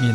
面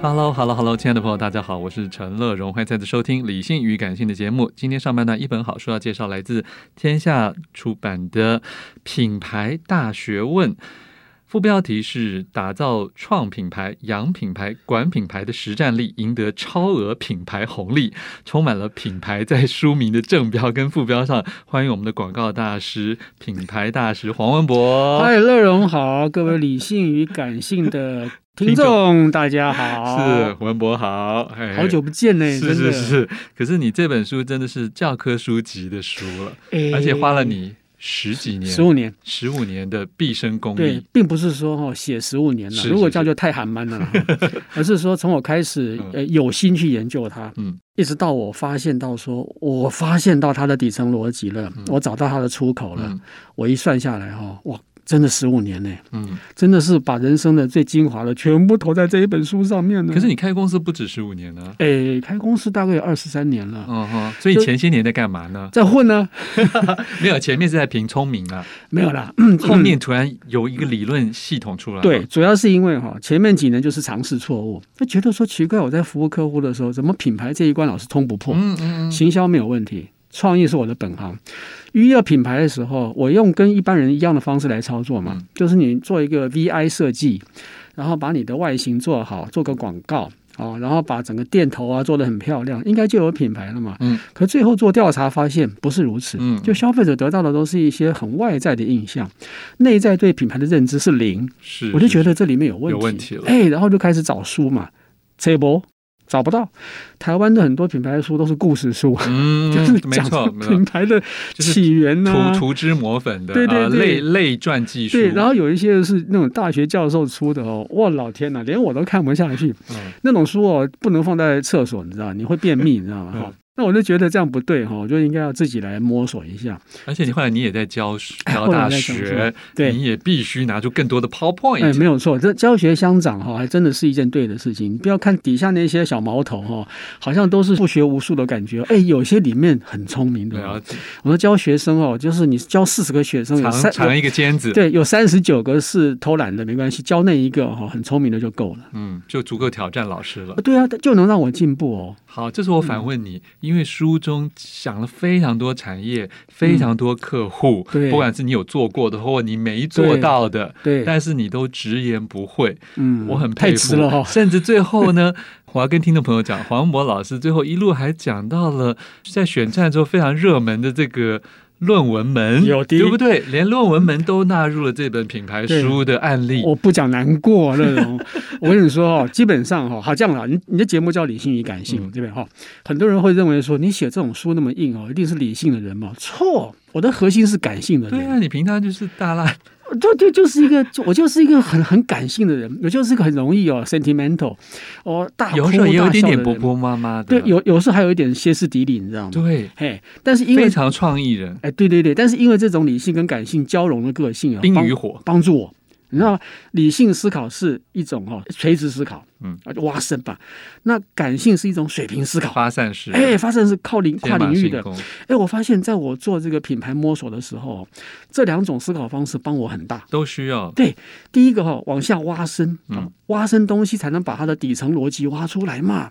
Hello，Hello，Hello，亲爱的朋友，大家好，我是陈乐荣，欢迎再次收听《理性与感性》的节目。今天上半段一本好书要介绍来自天下出版的《品牌大学问》，副标题是“打造创品牌、养品牌、管品牌的实战力，赢得超额品牌红利”，充满了品牌在书名的正标跟副标上。欢迎我们的广告大师、品牌大师黄文博。嗨，乐荣好，各位理性与感性的听听众众大家好，是文博好，哎好久不见呢，是是真的，是，可是你这本书真的是教科书级的书了，哎而且花了你十几年、十五年，十五年的毕生功对力。，并不是说哈写十五年了，是如果是这样就太寒门了啦， 而是说从我开始嗯呃有心去研究它，嗯，一直到我发现到说，我发现到它的底层逻辑了，我找到它的出口了嗯，我一算下来哈，哇，真的十五年呢，嗯，真的是把人生的最精华的全部投在这一本书上面呢。可是你开公司不止十五年呢、诶，开公司大概有二十三年了，嗯哼，所以就前些年在干嘛呢？在混呢？没有，前面是在凭聪明啊，没有啦，后面突然有一个理论系统出来了。嗯对，主要是因为哈，前面几年就是尝试错误，就觉得说奇怪，我在服务客户的时候，怎么品牌这一关老是通不破？嗯，嗯嗯行销没有问题，创意是我的本行。预热品牌的时候，我用跟一般人一样的方式来操作嗯嘛，就是你做一个 VI 设计，然后把你的外形做好，做个广告。哦，然后把整个店头啊做得很漂亮，应该就有品牌了嘛。嗯。可最后做调查发现不是如此，嗯就消费者得到的都是一些很外在的印象，内在对品牌的认知是零。是，我就觉得得这里面有问题，有问题了哎，然后就开始找书嘛，这波找不到。台湾的很多品牌的书都是故事书，嗯， 就是没讲错，这没个错品，牌的就是起源呢、涂涂脂抹粉的，对对呃对类类传技术，对，然后有一些是那种大学教授出的哦，哇老天呐，连我都看不 下去。嗯那种书哦，不能放在厕所，你知道，你会便秘，你知道吗？嗯哈那我就觉得这样不对哈，我就应该要自己来摸索一下。而且你后来你也在教书教哎后来大我在讲学说，对你也必须拿出更多的哎，没 PowerPoint。有错，这教学相长哈，还真的是一件对的事情。你不要看底下那些小毛头哈，好像都是不学无术的感觉。哎，有些里面很聪明的对啊哦。，我说教学生哦，就是你教四十个学生，有藏三藏有一个尖子，对，有三十九个是偷懒的，没关系，教那一个哈，很聪明的就够了。嗯，就足够挑战老师了啊。对啊，就能让我嗯进步哦。好，这是我反问你，因为书中想了非常多产业，非常多客户，嗯对不管是你有做过的，或你没做到的，对，但是你都直言不讳，嗯，我很太佩服。直了哈。 甚至最后呢，我要跟听众朋友讲，黄渤老师最后一路还讲到了在选战之后非常热门的这个。论文门有的对不对？连论文门都纳入了这本品牌书的案例。我不讲难过那 种，我跟你说哦，基本上哈、哦，好这样啦，你你的节目叫理性与感性，嗯对不对哈、哦很多人会认为说你写这种书那么硬哦，一定是理性的人嘛？错，我的核心是感性的人。对啊，你平常就是大辣，就就就是一个，就我就是一个很很感性的人，我就是一个很容易哦 sentimental，哦大哭有时候也有一点点大笑的婆人婆妈妈的，对，有有时候还有一点歇斯底里，你知道吗？对，嘿，但是因为非常创意人，哎，对对对，但是因为这种理性跟感性交融的个性啊，冰帮与火，帮助我。你知道，理性思考是一种哈、哦、垂直思考，嗯啊，挖深吧。那感性是一种水平思考，发散式，哎，发散是靠领跨天马领域行的。空，哎，我发现在我做这个品牌摸索的时候，哦这两种思考方式帮我很大。都需要第一个哈、往下挖深，嗯挖深东西才能把它的底层逻辑挖出来嘛。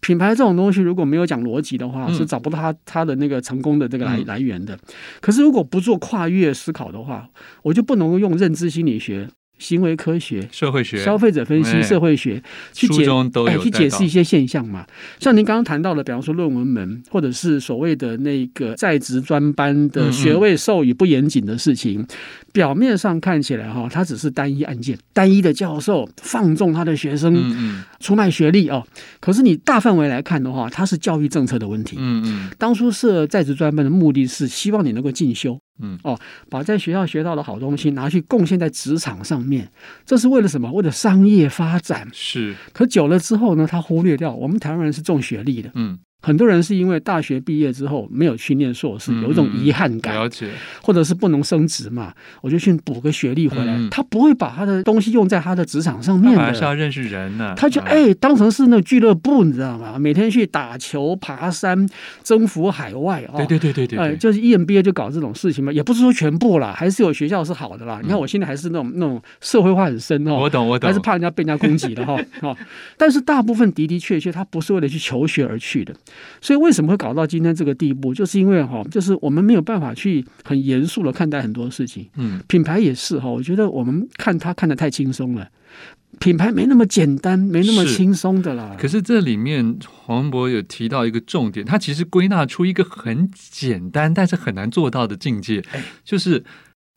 品牌这种东西如果没有讲逻辑的话，嗯是找不到它它的那个成功的这个来、嗯来源的。可是如果不做跨越思考的话，我就不能够用认知心理学、行为科学、社会学，消费者分析、哎社会学去书解中都哎，有去带解到释一些现象嘛。像您刚刚谈到的，比方说论文门，或者是所谓的那个在职专班嗯嗯的学位授予不严谨的事情，表面上看起来哈、它只是单一案件，单一的教授放纵他的学生嗯出卖学历哦。可是你大范围来看的话，它是教育政策的问题。嗯嗯当初设在职专班的目的是希望你能够进修，嗯哦，把在学校学到的好东西拿去贡献在职场上面，这是为了什么？为了商业发展嗯，。是，可久了之后呢，他忽略掉我们台湾人是重学历的，嗯，很多人是因为大学毕业之后没有去念硕士，嗯有一种遗憾感，了解，或者是不能升职嘛，我就去补个学历回来，嗯嗯他不会把他的东西用在他的职场上他面本来是要的。认识人呢，嗯他就嗯，哎，当成是那个俱乐部，你知道吗？每天去打球、爬山、征服海外啊、哦对对对对对哎，对，就是 EMBA 就搞这种事情嘛，也不是说全部啦，还是有学校是好的啦。你嗯看我现在还是那种那种社会化很深哦，我懂我懂还是，怕人家被人家攻击的 哈哈。但是大部分的的确确，他不是为了去求学而去的，所以为什么会搞到今天这个地步，就是因为哈，就是我们没有办法去很严肃的看待很多事情。嗯品牌也是哈，我觉得我们看它看得太轻松了，品牌没那么简单，没那么是轻松的啦。可是这里面黄文博有提到一个重点，他其实归纳出一个很简单但是很难做到的境界，哎就是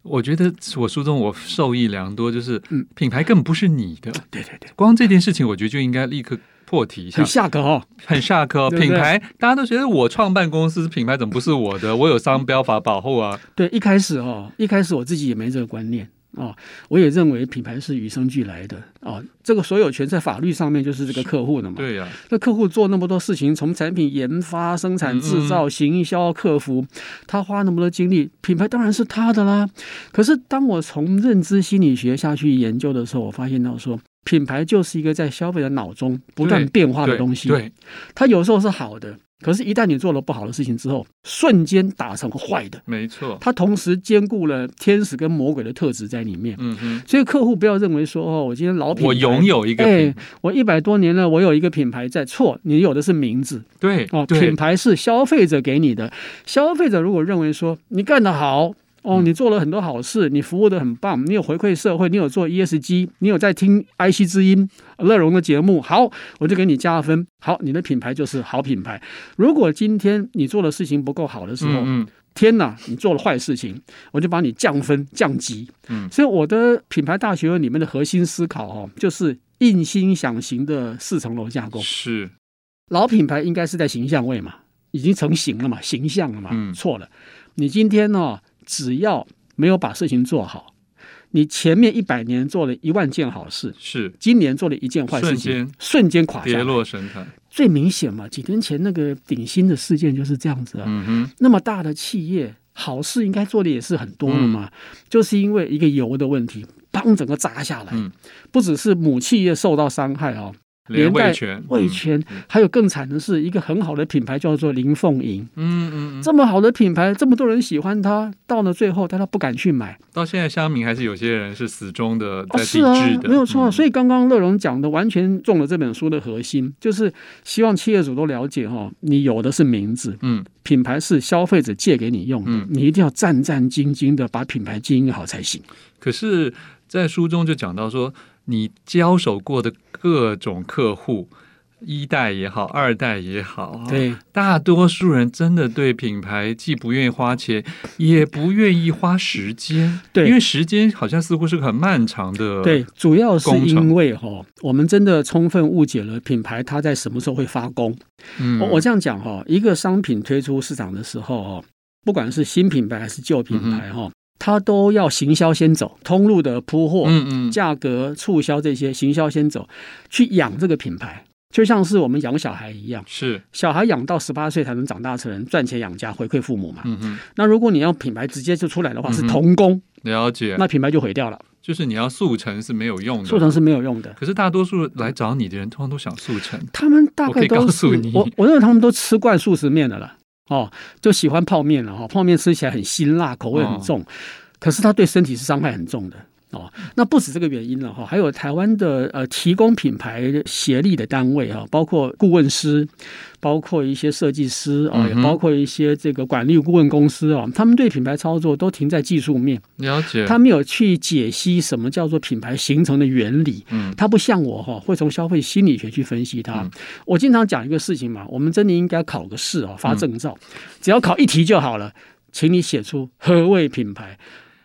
我觉得我书中我受益良多，就是嗯品牌根本不是你的，对对对，光这件事情我觉得就应该立刻破题一下很，下个哦，很下课哦。对不品对牌大家都觉得我创办公司，品牌怎么不是我的？我有商标法保护啊。对，一开始哦，一开始我自己也没这个观念哦，我也认为品牌是与生俱来的哦，这个所有权在法律上面就是这个客户的嘛。对呀、那客户做那么多事情，从产品研发、生产、制造、行销、客服，他花那么多精力，品牌当然是他的啦。可是当我从认知心理学下去研究的时候，我发现到说，品牌就是一个在消费者脑中不断对变化的对东西。对，它有时候是好的，可是，一旦你做了不好的事情之后，瞬间打成坏的。没错。它同时兼顾了天使跟魔鬼的特质在里面。嗯哼，所以客户不要认为说哦，我今天老品牌，我拥有一个哎品，我一百多年了，我有一个品牌在。错，你有的是名字对哦，对品，牌是消费者给你的。消费者如果认为说你干得好。哦，嗯你做了很多好事，你服务的很棒，你有回馈社会，你有做 ESG，你有在听 IC 之音乐荣的节目，好，我就给你加分。好，你的品牌就是好品牌。如果今天你做的事情不够好的时候，嗯嗯，天哪，你做了坏事情，我就把你降分降级。嗯所以我的品牌大学问里面的核心思考哦，就是硬心想型的四层楼架构。嗯是老品牌应该是在形象位嘛，已经成型了嘛，形象了嘛，嗯错了。你今天呢、只要没有把事情做好，你前面一百年做了一万件好事，是今年做了一件坏事情，瞬瞬间间垮跌下来。落神坛。最明显嘛，几天前那个顶新的事件就是这样子啊。嗯哼，那么大的企业，好事应该做的也是很多了嘛，就是因为一个油的问题，帮整个砸下来，嗯不只是母企业受到伤害哦，连连带味全，味全，嗯还有更惨的是一个很好的品牌叫做林凤营，嗯嗯嗯嗯，这么好的品牌，这么多人喜欢它，到了最后大家不敢去买，到现在乡民还是有些人是死忠的，哦，在抵是啊制，的，没有错。嗯所以刚刚乐荣讲的完全中了这本书的核心，就是希望企业主都了解哈、哦，你有的是名字，嗯，品牌是消费者借给你用的，嗯你一定要战战兢兢的把品牌经营好才行。可是，在书中就讲到说，你交手过的各种客户，一代也好，二代也好，，对，大多数人真的对品牌既不愿意花钱，也不愿意花时间，对因为时间好像似乎是个很漫长的，对，，主要是呃工程因为哈、哦，我们真的充分误解了品牌它在什么时候会发功。嗯，我我这样讲哈、一个商品推出市场的时候哦，不管是新品牌还是旧品牌嗯哈、它都要行销先走，通路的铺货、嗯嗯，价格促销这些行销先走，去养这个品牌，就像是我们养小孩一样，是，小孩养到十八岁才能长大成人，赚钱养家，回馈父母嘛。嗯嗯，那如果你要品牌直接就出来的话，是嗯哼童工，了解，那品牌就毁掉了。就是你要速成是没有用的。速成是没有用的。可是大多数来找你的人，通常都想速成。他们大我可概以告都是诉你我我认为他们都吃惯素食面的了啦哦，就喜欢泡面了哈、哦，泡面吃起来很辛辣，口味很重，哦可是它对身体是伤害很重的。哦，那不止这个原因了哈、哦，还有台湾的呃提供品牌协力的单位哈、哦，包括顾问师，包括一些设计师啊、哦，嗯哼也包括一些这个管理顾问公司哦，他们对品牌操作都停在技术面，了解，他没有去解析什么叫做品牌形成的原理。嗯它不像我哈，会从消费心理学去分析它。嗯我经常讲一个事情嘛，我们真的应该考个试嗯哦，发证照，只要考一题就好了，请你写出何谓品牌。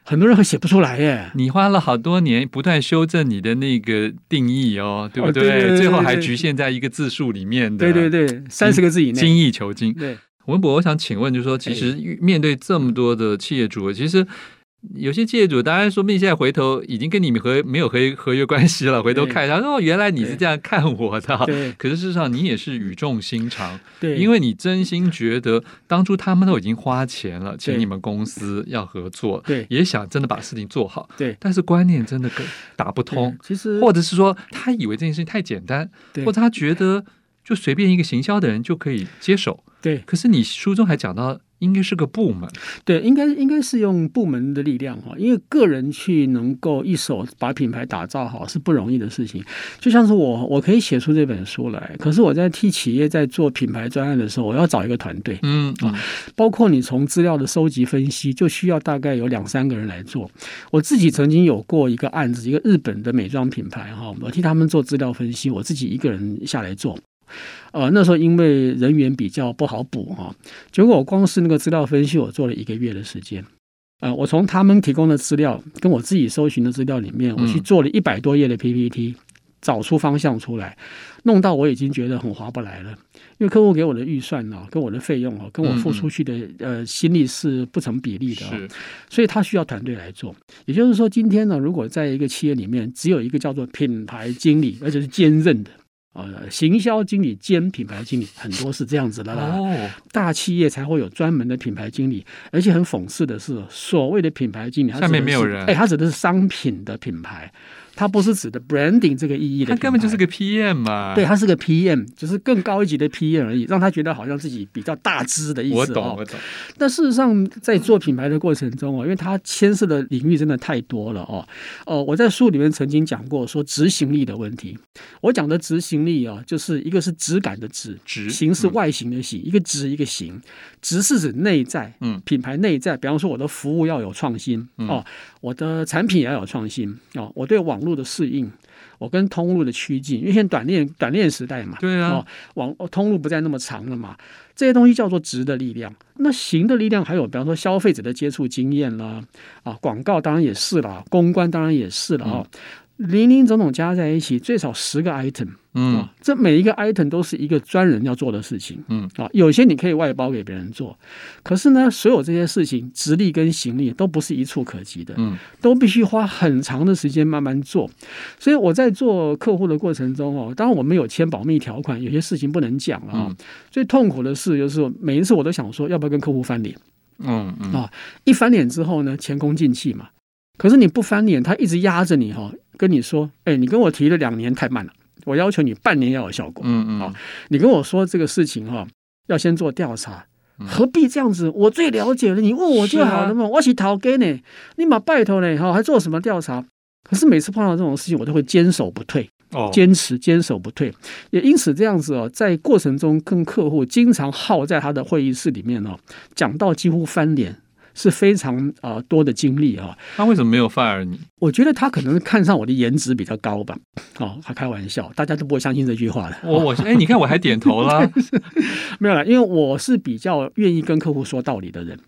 很多人会写不出来耶。你花了好多年不断修正你的那个定义哦，对不哦对对对最后还对对局限在一个字数里面的。对对啊对，三十个字以内。精益求精。对，文博，我想请问，就是哎说，其实面对这么多的企业主，其实有些企业主，当然说不定现在回头已经跟你们合没有合合约关系了，回头看一下，哦，原来你是这样看我的。对 可是事实上，你也是语重心长，对，因为为你真心觉得当初他们都已经花钱了，请对你们公司要合作，对也想真的把事情做好，对但是观念真的跟打不通，其实或者是说他以为这件事情太简单，对或者他觉得就随便一个行销的人就可以接手。对可是你书中还讲到，应该是个部门，对，应该应该是用部门的力量哈，因为个人去能够一手把品牌打造好是不容易的事情。就像是我，我可以写出这本书来，可是我在替企业在做品牌专案的时候，我要找一个团队，嗯啊，包括你从资料的收集分析，就需要大概有两三个人来做。我自己曾经有过一个案子，一个日本的美妆品牌哈，我替他们做资料分析，我自己一个人下来做。呃，那时候因为人员比较不好补哈、结果我光是那个资料分析，我做了一个月的时间。呃，我从他们提供的资料跟我自己搜寻的资料里面，我去嗯做了一百多页的 PPT，、找出方向出来，弄到我已经觉得很划不来了。因为客户给我的预算呢、跟我的费用哦、跟我付出去的呃心力是不成比例的、哦，是所以他需要团队来做。也就是说，今天呢，如果在一个企业里面只有一个叫做品牌经理，而且是兼任的。呃，行销经理兼品牌经理很多是这样子的啦，哦，大企业才会有专门的品牌经理，而且很讽刺的是，所谓的品牌经理，它下面指的没有是人哎，它指的是商品的品牌，它不是指的 branding 这个意义的他品牌，根本就是个 PM 嘛，对，，他是个 PM，就是更高一级的 PM 而已，让他觉得好像自己比较大只的意思、我懂哦。我懂，但事实上，在做品牌的过程中哦，因为它牵涉的领域真的太多了哦。呃，我在书里面曾经讲过说执行力的问题。我讲的执行力哦，就是一个是质感的质，值形是嗯外形的形，一个质一个形。质是指内在，嗯品牌内在，比方说我的服务要有创新、嗯哦，我的产品也要有创新哦，我对网络的适应，我跟通路的趋近，因为现在短链短链时代嘛，对啊哦，网通路不再那么长了嘛，这些东西叫做值的力量。那行的力量还有，比方说消费者的接触经验啦，啊，广告当然也是啦，公关当然也是嗯了哦。零零总总加在一起，最少十个 item 嗯啊，这每一个 item 都是一个专人要做的事情。嗯啊，有些你可以外包给别人做，可是呢，所有这些事情，直立跟行力都不是一触可及的，嗯，都必须花很长的时间慢慢做。所以我在做客户的过程中哦，当然我们有签保密条款，有些事情不能讲了啊、嗯最痛苦的事就是每一次我都想说，要不要跟客户翻脸？嗯嗯啊一翻脸之后呢，前功尽弃嘛。可是你不翻脸，他一直压着你哈、哦，跟你说，哎，你跟我提了两年太慢了，我要求你半年要有效果。嗯嗯好，你跟我说这个事情哈、要先做调查，嗯何必这样子？我最了解了，你问我就好了啊嘛。我去讨给你，你马拜托嘞哈，还做什么调查？可是每次碰到这种事情，我都会坚守不退，哦，坚持坚守不退。也因此这样子哦，在过程中跟客户经常耗在他的会议室里面哦，讲到几乎翻脸，是非常呃多的经历啊、他为什么没有 fire 你？我觉得他可能是看上我的颜值比较高吧，哦，他开玩笑，大家都不会相信这句话的。我我哎，你看我还点头 了，没有啦，因为我是比较愿意跟客户说道理的人，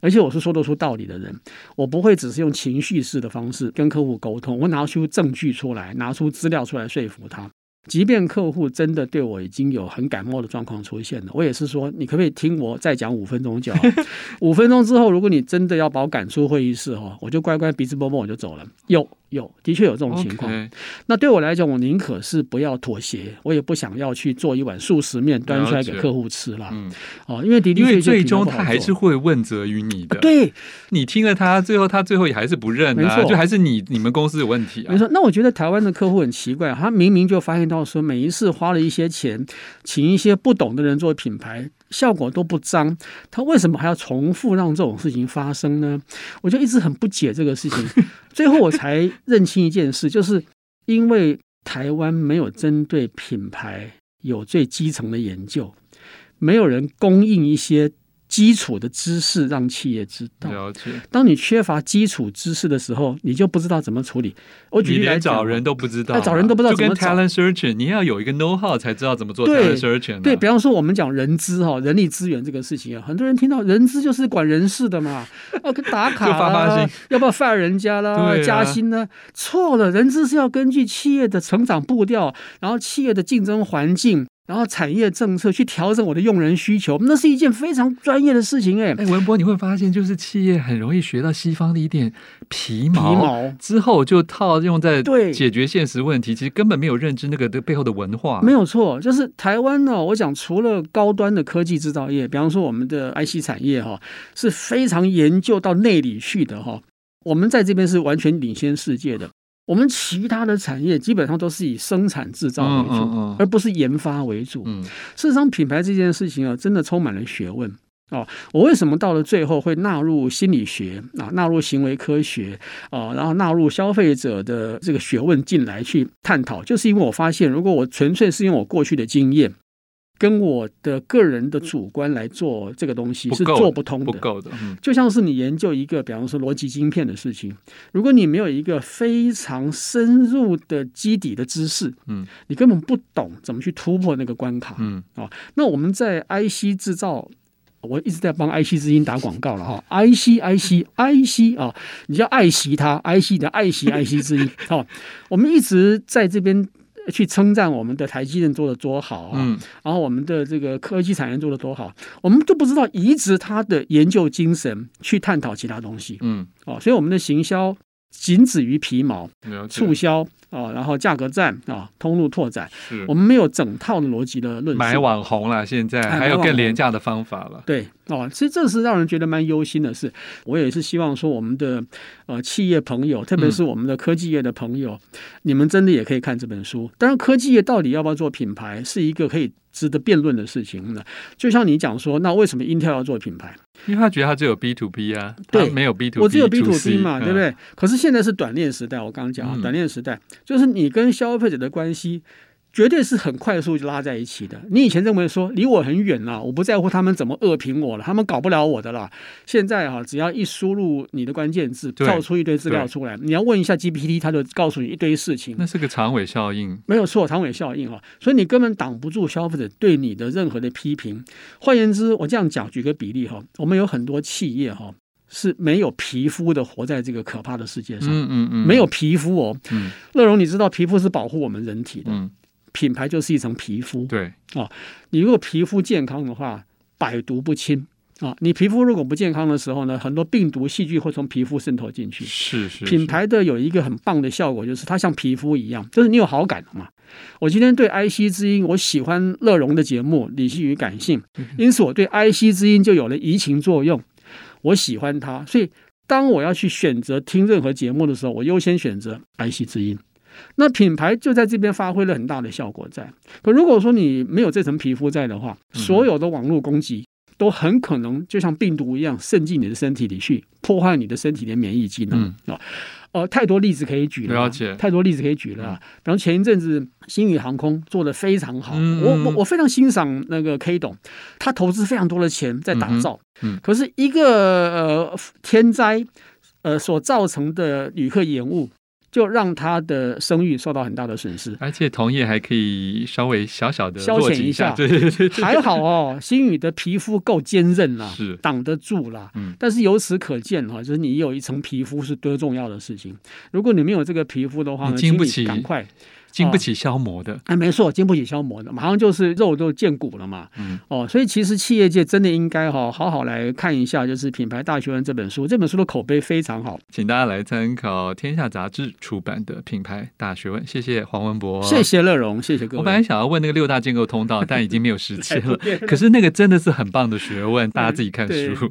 而且我是说得出道理的人，我不会只是用情绪式的方式跟客户沟通，我拿出证据出来，拿出资料出来说服他。即便客户真的对我已经有很感冒的状况出现了，我也是说，你可不可以听我再讲五分钟就好？五分钟之后，如果你真的要把我赶出会议室哦，我就乖乖鼻子摸摸我就走了。有有，的确有这种情况。 OK，那对我来讲，我宁可是不要妥协，我也不想要去做一碗素食面端出来给了解客户吃啦。嗯，哦，因为的的因为确确最平常终不好他还做是会问责于你的。啊对，你听了他，最后他最后也还是不认没啊，错就还是你你们公司有问题啊没。错。那我觉得台湾的客户很奇怪，他明明就发现到说，每一次花了一些钱，请一些不懂的人做品牌，效果都不彰，他为什么还要重复让这种事情发生呢？我就一直很不解这个事情。 最后我才认清一件事，就是因为台湾没有针对品牌有最基层的研究，没有人供应一些基础的知识让企业知道。了解，当你缺乏基础知识的时候，你就不知道怎么处理。我举你例来连讲找人都不知道啊，哎找人都不知道就跟怎么找 talent searching，你要有一个 know how 才知道怎么做对 talent searching 啊。对，比方说我们讲人资哈，人力资源这个事情啊，很多人听到人资就是管人事的嘛， 要跟打卡就啦，发发薪要不要 fire 人家啦，对啊加薪呢？错了，人资是要根据企业的成长步调，然后企业的竞争环境。然后产业政策去调整我的用人需求，那是一件非常专业的事情哎、哎，文博，你会发现，就是企业很容易学到西方的一点皮毛，皮毛之后就套用在对解决现实问题，其实根本没有认知那个的背后的文化。没有错，就是台湾呢、我讲除了高端的科技制造业，比方说我们的 IC 产业哈、是非常研究到内里去的哈、我们在这边是完全领先世界的。我们其他的产业基本上都是以生产制造为主，嗯嗯嗯而不是研发为主。嗯，事实上，品牌这件事情啊，真的充满了学问。哦，我为什么到了最后会纳入心理学啊，纳入行为科学啊，然后纳入消费者的这个学问进来去探讨，就是因为我发现，如果我纯粹是用我过去的经验跟我的个人的主观来做这个东西，不是够做不通不的。够的，嗯，就像是你研究一个，比方说逻辑晶片的事情，如果你没有一个非常深入的基底的知识，嗯，你根本不懂怎么去突破那个关卡，嗯，那我们在 IC 制造，我一直在帮 IC 之音打广告了哈、IC IC IC 啊，你要爱惜它，IC 你要爱惜 IC 之音。 好、我们一直在这边。去称赞我们的台积电做的多好啊，嗯然后我们的这个科技产业做的多好，我们都不知道移植它的研究精神去探讨其他东西嗯，哦，所以我们的行销仅止于皮毛、了解促销啊、然后价格战啊、通路拓展，是我们没有整套的逻辑的论述。买网红了，现在哎还有买网更红廉价的方法了。对哦，其实这是让人觉得蛮忧心的事。我也是希望说，我们的呃企业朋友，特别是我们的科技业的朋友，你们真的也可以看这本书。当然，科技业到底要不要做品牌，是一个可以值得辩论的事情呢。就像你讲说，那为什么 Intel 要做品牌？因为他觉得他只有 B to B 啊，对他没有 B to B，我只有 B to C C 嘛，对不？对？可是现在是短链时代，我刚刚讲啊嗯，短链时代就是你跟消费者的关系。绝对是很快速就拉在一起的。你以前认为说离我很远啦，我不在乎他们怎么恶评我了，他们搞不了我的啦。现在啊，只要一输入你的关键字，对跳出一堆资料对出来，你要问一下 GPT，它就告诉你一堆事情。那是个长尾效应。没有错，长尾效应啊，所以你根本挡不住消费者对你的任何的批评。换言之，我这样讲，举个比例哈，我们有很多企业哈是没有皮肤的，活在这个可怕的世界上，嗯嗯嗯，没有，皮肤哦。嗯乐荣，你知道皮肤是保护我们人体的，嗯，品牌就是一层皮肤。对，你如果皮肤健康的话，百毒不侵啊。你皮肤如果不健康的时候呢，很多病毒、细菌会从皮肤渗透进去。是是品，牌的有一个很棒的效果，就是它像皮肤一样，就是你有好感了嘛。我今天对 IC 之音，我喜欢乐荣的节目《理性与感性》，嗯因此我对 IC 之音就有了移情作用，我喜欢它，所以当我要去选择听任何节目的时候，我优先选择 IC 之音。那品牌就在这边发挥了很大的效果在。可如果说你没有这层皮肤在的话，嗯所有的网络攻击都很可能就像病毒一样渗进你的身体里去，破坏你的身体的免疫机能嗯啊。哦呃，太多例子可以举了啊，了解嗯太多例子可以举了啊。然后前一阵子星宇航空做的非常好，嗯我嗯我我非常欣赏那个 K 董，他投资非常多的钱在打造，嗯哼嗯可是一个呃天灾呃所造成的旅客延误，就让他的声誉受到很大的损失。而且同业还可以稍微小小的消遣一下对对对对，还 好哦，星宇的皮肤够坚韧啦，是挡得住啦。嗯但是由此可见哈、就是你有一层皮肤是多重要的事情。如果你没有这个皮肤的话呢，你经不请起你赶快经不起消磨的。哎，没错，经不起消磨的，马上就是肉都见骨了嘛。嗯，哦，所以其实企业界真的应该哈、好好来看一下，就是《品牌大学问》这本书，这本书的口碑非常好。请大家来参考《天下》杂志出版的《品牌大学问》。谢谢黄文博，谢。谢乐荣，谢谢各我本来位。。想要问那个六大建构通道，但已经没有时间了 可是那个真的是很棒的学问，大家自己看书。